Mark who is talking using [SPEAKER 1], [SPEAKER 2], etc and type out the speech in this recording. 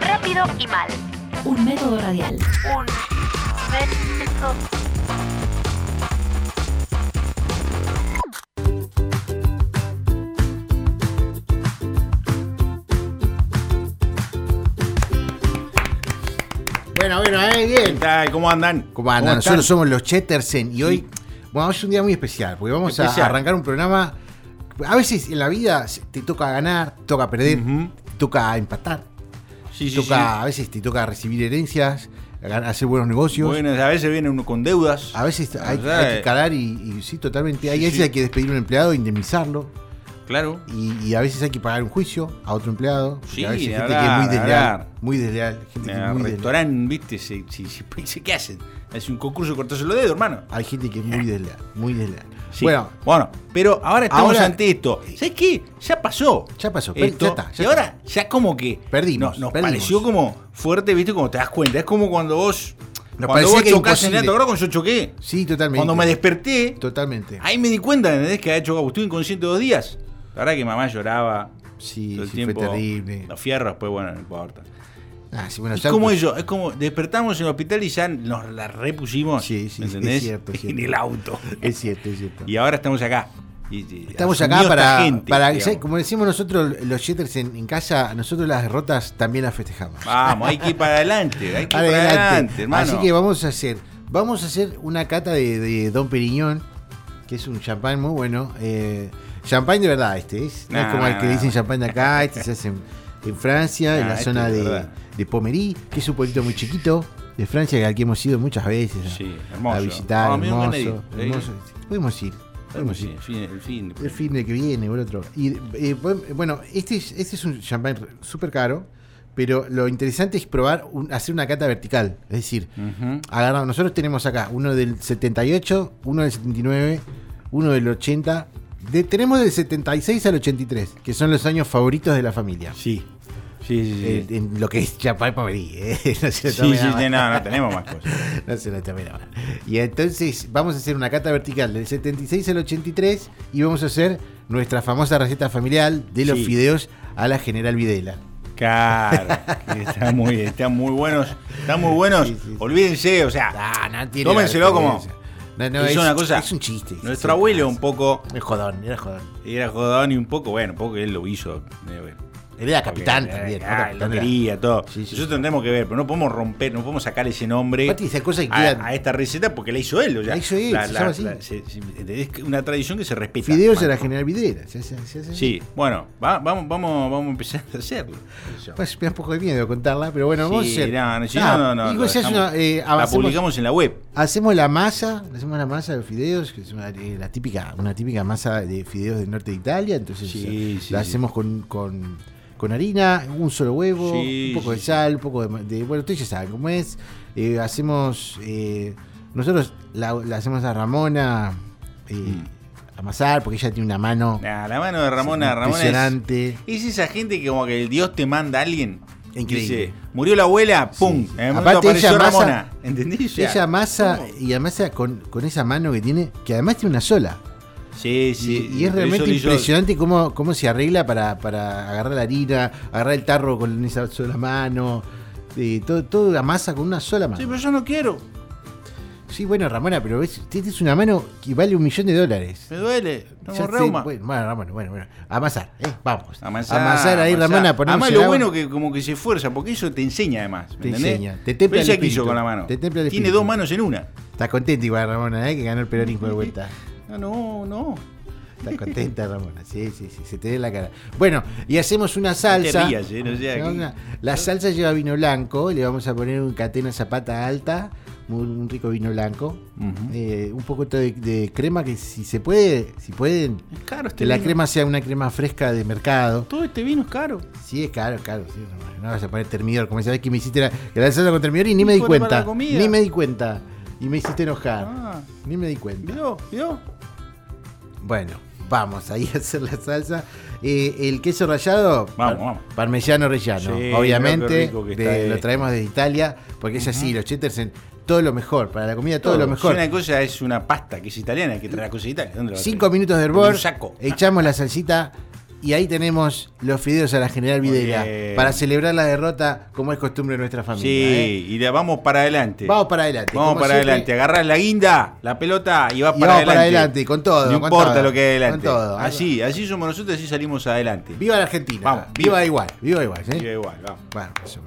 [SPEAKER 1] rápido y mal.
[SPEAKER 2] Un método radial.
[SPEAKER 1] Un método.
[SPEAKER 3] Bueno, bueno, ahí bien.
[SPEAKER 4] ¿Qué tal? eh, ¿Cómo andan?
[SPEAKER 3] ¿Cómo andan?
[SPEAKER 4] están?
[SPEAKER 3] Nosotros somos los Chettersen y hoy, bueno, hoy es un día muy especial porque vamos a
[SPEAKER 4] Especial.
[SPEAKER 3] arrancar un programa. A veces en la vida se- te toca ganar, te toca perder,
[SPEAKER 4] Ujú.
[SPEAKER 3] te toca empatar,
[SPEAKER 4] Sí, sí,
[SPEAKER 3] te
[SPEAKER 4] sí.
[SPEAKER 3] toca, a veces te toca recibir herencias, gan- hacer buenos negocios.
[SPEAKER 4] Bueno, a veces viene uno con deudas.
[SPEAKER 3] A veces
[SPEAKER 4] La
[SPEAKER 3] hay,
[SPEAKER 4] verdad,
[SPEAKER 3] hay que calar y, y sí, totalmente. Hay
[SPEAKER 4] Sí,
[SPEAKER 3] veces
[SPEAKER 4] sí.
[SPEAKER 3] hay que despedir a un empleado, indemnizarlo.
[SPEAKER 4] Claro.
[SPEAKER 3] Y, y a veces hay que pagar un juicio a otro empleado. porque
[SPEAKER 4] Sí,
[SPEAKER 3] a veces hay
[SPEAKER 4] ni
[SPEAKER 3] gente
[SPEAKER 4] hablar,
[SPEAKER 3] que es muy
[SPEAKER 4] ni
[SPEAKER 3] desleal.
[SPEAKER 4] hablar.
[SPEAKER 3] Muy desleal. Gente que es
[SPEAKER 4] En el
[SPEAKER 3] muy desleal.
[SPEAKER 4] restaurante, ¿viste? Se, se, se- se- ¿Qué hacen? Hace un concurso de cortarse los dedos, hermano.
[SPEAKER 3] Hay gente que es muy desleal. Muy desleal.
[SPEAKER 4] Sí.
[SPEAKER 3] Bueno,
[SPEAKER 4] bueno, pero ahora estamos
[SPEAKER 3] Ahora-
[SPEAKER 4] ante esto. ¿Sabes qué? Ya pasó.
[SPEAKER 3] Ya pasó, per-
[SPEAKER 4] Esto,
[SPEAKER 3] ya está, ya
[SPEAKER 4] y
[SPEAKER 3] está.
[SPEAKER 4] ahora ya como que.
[SPEAKER 3] Perdimos,
[SPEAKER 4] no- nos
[SPEAKER 3] perdimos.
[SPEAKER 4] pareció como fuerte, ¿viste? Como te das cuenta. Es como cuando vos.
[SPEAKER 3] Nos
[SPEAKER 4] cuando
[SPEAKER 3] parecía
[SPEAKER 4] vos
[SPEAKER 3] que
[SPEAKER 4] chocás en
[SPEAKER 3] imposible.
[SPEAKER 4] el alto cuando yo choqué.
[SPEAKER 3] sí, totalmente.
[SPEAKER 4] Cuando me desperté,
[SPEAKER 3] Totalmente.
[SPEAKER 4] ahí me di cuenta, ¿entendés? Que había chocado. Estuve inconsciente dos días. La verdad que mamá lloraba.
[SPEAKER 3] Sí,
[SPEAKER 4] todo el
[SPEAKER 3] sí, fue
[SPEAKER 4] tiempo.
[SPEAKER 3] terrible.
[SPEAKER 4] Los fierros, pues bueno, no importa.
[SPEAKER 3] Ah, sí, bueno,
[SPEAKER 4] Es
[SPEAKER 3] ya-
[SPEAKER 4] como ellos, es como despertamos en el hospital y ya nos la repusimos.
[SPEAKER 3] Sí, sí,
[SPEAKER 4] ¿me
[SPEAKER 3] es
[SPEAKER 4] ¿entendés?
[SPEAKER 3] cierto, es
[SPEAKER 4] En
[SPEAKER 3] cierto.
[SPEAKER 4] el auto.
[SPEAKER 3] Es cierto, es cierto.
[SPEAKER 4] Y ahora estamos acá. Y- y
[SPEAKER 3] Estamos
[SPEAKER 4] asumió
[SPEAKER 3] acá
[SPEAKER 4] esta
[SPEAKER 3] para,
[SPEAKER 4] gente,
[SPEAKER 3] para
[SPEAKER 4] digamos.
[SPEAKER 3] como decimos nosotros, los Jetters en, en casa, nosotros las derrotas también las festejamos.
[SPEAKER 4] Vamos, hay que ir para adelante. Hay que ir
[SPEAKER 3] Adelante.
[SPEAKER 4] para adelante, hermano.
[SPEAKER 3] Así que vamos a hacer, vamos a hacer una cata de, de Don Periñón, que es un champán muy bueno. Eh, champán de verdad este, es, no es
[SPEAKER 4] Nah,
[SPEAKER 3] como el que
[SPEAKER 4] nah,
[SPEAKER 3] dicen
[SPEAKER 4] nah.
[SPEAKER 3] champán de acá, este se hace en, en Francia, en
[SPEAKER 4] Nah,
[SPEAKER 3] la
[SPEAKER 4] este
[SPEAKER 3] zona
[SPEAKER 4] es de
[SPEAKER 3] de,
[SPEAKER 4] verdad.
[SPEAKER 3] de Pomerí, que es un pueblito muy chiquito de Francia al que hemos ido muchas veces a-
[SPEAKER 4] Sí,
[SPEAKER 3] a,
[SPEAKER 4] hermoso.
[SPEAKER 3] visitar,
[SPEAKER 4] No, a mí nunca
[SPEAKER 3] hermoso,
[SPEAKER 4] me dio, ¿eh?
[SPEAKER 3] hermoso. Podemos ir, podemos ir.
[SPEAKER 4] Sí, el fin, el fin.
[SPEAKER 3] El fin de que viene, o el otro. Y, eh, podem- bueno, este es, este es un champán súper caro, pero lo interesante es probar, un- hacer una cata vertical. Es decir,
[SPEAKER 4] Ujú.
[SPEAKER 3] agarramos, nosotros tenemos acá uno del 78, uno del 79, uno del 80. de- tenemos del 76 al 83, que son los años favoritos de la familia.
[SPEAKER 4] Sí. Sí, sí, sí.
[SPEAKER 3] Eh, en lo que es champán pomerí, ¿eh? No se lo
[SPEAKER 4] sí, sí,
[SPEAKER 3] tomen a mal.
[SPEAKER 4] sí, no, no tenemos más cosas.
[SPEAKER 3] No se lo tomen a mal. Y entonces vamos a hacer una cata vertical del 76 al 83 y vamos a hacer nuestra famosa receta familiar de los
[SPEAKER 4] Sí.
[SPEAKER 3] fideos a la General Videla.
[SPEAKER 4] Claro, que están muy, están muy buenos, están muy buenos.
[SPEAKER 3] Sí, sí, sí.
[SPEAKER 4] Olvídense, o sea,
[SPEAKER 3] Ah,
[SPEAKER 4] tómenselo como.
[SPEAKER 3] No, no,
[SPEAKER 4] es, una cosa.
[SPEAKER 3] Es un chiste.
[SPEAKER 4] Nuestro abuelo un poco
[SPEAKER 3] Es jodón, era jodón.
[SPEAKER 4] era jodón y un poco, bueno, un poco él lo hizo. eh, bueno,
[SPEAKER 3] Él era capitán
[SPEAKER 4] porque,
[SPEAKER 3] también.
[SPEAKER 4] eh,
[SPEAKER 3] ¿no?
[SPEAKER 4] ah,
[SPEAKER 3] Capitán
[SPEAKER 4] lo
[SPEAKER 3] era-
[SPEAKER 4] quería, todo.
[SPEAKER 3] Sí, sí.
[SPEAKER 4] Nosotros tendremos que ver, pero no podemos romper, no podemos sacar ese nombre
[SPEAKER 3] Aparte, esas cosas que quedan-
[SPEAKER 4] a, a esta receta porque la hizo él. O sea,
[SPEAKER 3] La hizo él, se llama así.
[SPEAKER 4] se- se- es una tradición que se respeta.
[SPEAKER 3] Fideos
[SPEAKER 4] Bueno,
[SPEAKER 3] a la General Videla. se hace- se hace-
[SPEAKER 4] Sí, bueno, va- vamos, vamos, vamos a empezar a hacerlo.
[SPEAKER 3] Pues me da un poco de miedo contarla, pero bueno, vamos a
[SPEAKER 4] Sí,
[SPEAKER 3] hacer.
[SPEAKER 4] no, no, sí,
[SPEAKER 3] Ah,
[SPEAKER 4] no, no, no,
[SPEAKER 3] y
[SPEAKER 4] lo
[SPEAKER 3] vos haces
[SPEAKER 4] dejamos.
[SPEAKER 3] una, eh,
[SPEAKER 4] la
[SPEAKER 3] hacemos-
[SPEAKER 4] publicamos en la web.
[SPEAKER 3] Hacemos la masa, hacemos la masa de los fideos, que es una, eh, la típica, una típica masa de fideos del norte de Italia, entonces
[SPEAKER 4] Sí,
[SPEAKER 3] eh,
[SPEAKER 4] sí,
[SPEAKER 3] la
[SPEAKER 4] sí.
[SPEAKER 3] hacemos con, con, con harina, un solo huevo,
[SPEAKER 4] Sí,
[SPEAKER 3] un poco de
[SPEAKER 4] sí,
[SPEAKER 3] sal, un poco de, ma- de- bueno, ustedes ya saben cómo es. Eh, hacemos, eh, nosotros la, la hacemos a Ramona eh, amasar, porque ella tiene una mano
[SPEAKER 4] Mm. Nah, Ah, la mano de Ramona, Ramona es,
[SPEAKER 3] impresionante.
[SPEAKER 4] es esa gente que como que el Dios te manda a alguien.
[SPEAKER 3] Increíble.
[SPEAKER 4] Dice, murió la abuela, pum.
[SPEAKER 3] Sí, sí.
[SPEAKER 4] En el momento
[SPEAKER 3] Aparte,
[SPEAKER 4] apareció
[SPEAKER 3] ella amasa-
[SPEAKER 4] Ramona. ¿Entendés? O sea,
[SPEAKER 3] Ella amasa
[SPEAKER 4] ¿cómo?
[SPEAKER 3] y amasa con, con esa mano que tiene, que además tiene una sola.
[SPEAKER 4] Sí,
[SPEAKER 3] Y-
[SPEAKER 4] sí.
[SPEAKER 3] y es
[SPEAKER 4] eso
[SPEAKER 3] realmente
[SPEAKER 4] lo hizo-
[SPEAKER 3] impresionante cómo, cómo se arregla para, para agarrar la harina, agarrar el tarro con esa sola mano. eh, todo, todo la masa con una sola mano.
[SPEAKER 4] Sí,
[SPEAKER 3] Sí,
[SPEAKER 4] pero yo no quiero.
[SPEAKER 3] bueno, Ramona, pero ves, esta es una mano que vale un millón de dólares.
[SPEAKER 4] Me duele. Tengo
[SPEAKER 3] Ya sé,
[SPEAKER 4] reuma.
[SPEAKER 3] bueno, bueno, Ramona, bueno, bueno. Amasar, eh, vamos.
[SPEAKER 4] Amasar,
[SPEAKER 3] ahí,
[SPEAKER 4] amasar.
[SPEAKER 3] Ramona, ponemos
[SPEAKER 4] Además,
[SPEAKER 3] el
[SPEAKER 4] lo
[SPEAKER 3] agua.
[SPEAKER 4] bueno que como que se esfuerza, porque eso te enseña además. ¿me
[SPEAKER 3] Te
[SPEAKER 4] entendés?
[SPEAKER 3] enseña, te templa
[SPEAKER 4] Pero ella
[SPEAKER 3] el
[SPEAKER 4] que hizo
[SPEAKER 3] espíritu,
[SPEAKER 4] con la mano.
[SPEAKER 3] te templa el
[SPEAKER 4] Tiene
[SPEAKER 3] espíritu.
[SPEAKER 4] dos manos en una.
[SPEAKER 3] Está contenta igual, Ramona, eh, que ganó el peronismo de vuelta.
[SPEAKER 4] No, Ah, no, no.
[SPEAKER 3] Está contenta, Ramona. Sí, sí, sí, se te ve la cara. Bueno, y hacemos una
[SPEAKER 4] te
[SPEAKER 3] salsa.
[SPEAKER 4] rías, eh, no sea
[SPEAKER 3] Lleva
[SPEAKER 4] que-
[SPEAKER 3] una- La salsa lleva vino blanco, le vamos a poner un catena zapata alta, un, un rico vino blanco,
[SPEAKER 4] Ujú.
[SPEAKER 3] eh, un poco de, de crema que si se puede, si pueden,
[SPEAKER 4] Es caro este
[SPEAKER 3] que la
[SPEAKER 4] vino.
[SPEAKER 3] crema sea una crema fresca de mercado.
[SPEAKER 4] Todo este vino es caro.
[SPEAKER 3] Sí, es caro, caro. sí, no, no vas a poner termidor, como sabés que me hiciste la, que la salsa con termidor y ni me di
[SPEAKER 4] Hijo de para
[SPEAKER 3] cuenta.
[SPEAKER 4] la comida.
[SPEAKER 3] Ni me di cuenta. Y me hiciste enojar.
[SPEAKER 4] Ah,
[SPEAKER 3] Ni me di cuenta.
[SPEAKER 4] ¿Vio? ¿Vio?
[SPEAKER 3] Bueno, vamos ahí a hacer la salsa. Eh, el queso rallado,
[SPEAKER 4] Vamos, vamos.
[SPEAKER 3] parmesano rellano,
[SPEAKER 4] Sí, mirá qué
[SPEAKER 3] obviamente,
[SPEAKER 4] rico que
[SPEAKER 3] de-
[SPEAKER 4] está
[SPEAKER 3] lo
[SPEAKER 4] esto.
[SPEAKER 3] traemos desde Italia, porque es así, los cheddars en todo lo mejor, para la comida todo, lo
[SPEAKER 4] Si
[SPEAKER 3] mejor.
[SPEAKER 4] Una cosa es una pasta que es italiana, hay que trae la cosa de Italia. ¿Dónde la va a
[SPEAKER 3] Cinco
[SPEAKER 4] traer?
[SPEAKER 3] minutos de hervor,
[SPEAKER 4] Un saco.
[SPEAKER 3] echamos la salsita, Y ahí tenemos los fideos a la General
[SPEAKER 4] Muy
[SPEAKER 3] Videla
[SPEAKER 4] bien.
[SPEAKER 3] para celebrar la derrota como es costumbre de nuestra familia. ¿eh?
[SPEAKER 4] Sí, y la vamos para adelante.
[SPEAKER 3] Vamos para adelante.
[SPEAKER 4] Vamos
[SPEAKER 3] como
[SPEAKER 4] para
[SPEAKER 3] siempre.
[SPEAKER 4] adelante. Agarrás la guinda, la pelota y vas
[SPEAKER 3] Y
[SPEAKER 4] para
[SPEAKER 3] vamos
[SPEAKER 4] adelante.
[SPEAKER 3] para adelante, con todo,
[SPEAKER 4] No
[SPEAKER 3] con
[SPEAKER 4] importa
[SPEAKER 3] todo,
[SPEAKER 4] lo que hay adelante.
[SPEAKER 3] con todo.
[SPEAKER 4] Así, así somos nosotros, así salimos adelante.
[SPEAKER 3] Viva la Argentina.
[SPEAKER 4] Vamos,
[SPEAKER 3] viva,
[SPEAKER 4] viva.
[SPEAKER 3] igual, viva igual. ¿eh?
[SPEAKER 4] Y da igual, vamos.
[SPEAKER 3] Bueno, más o menos.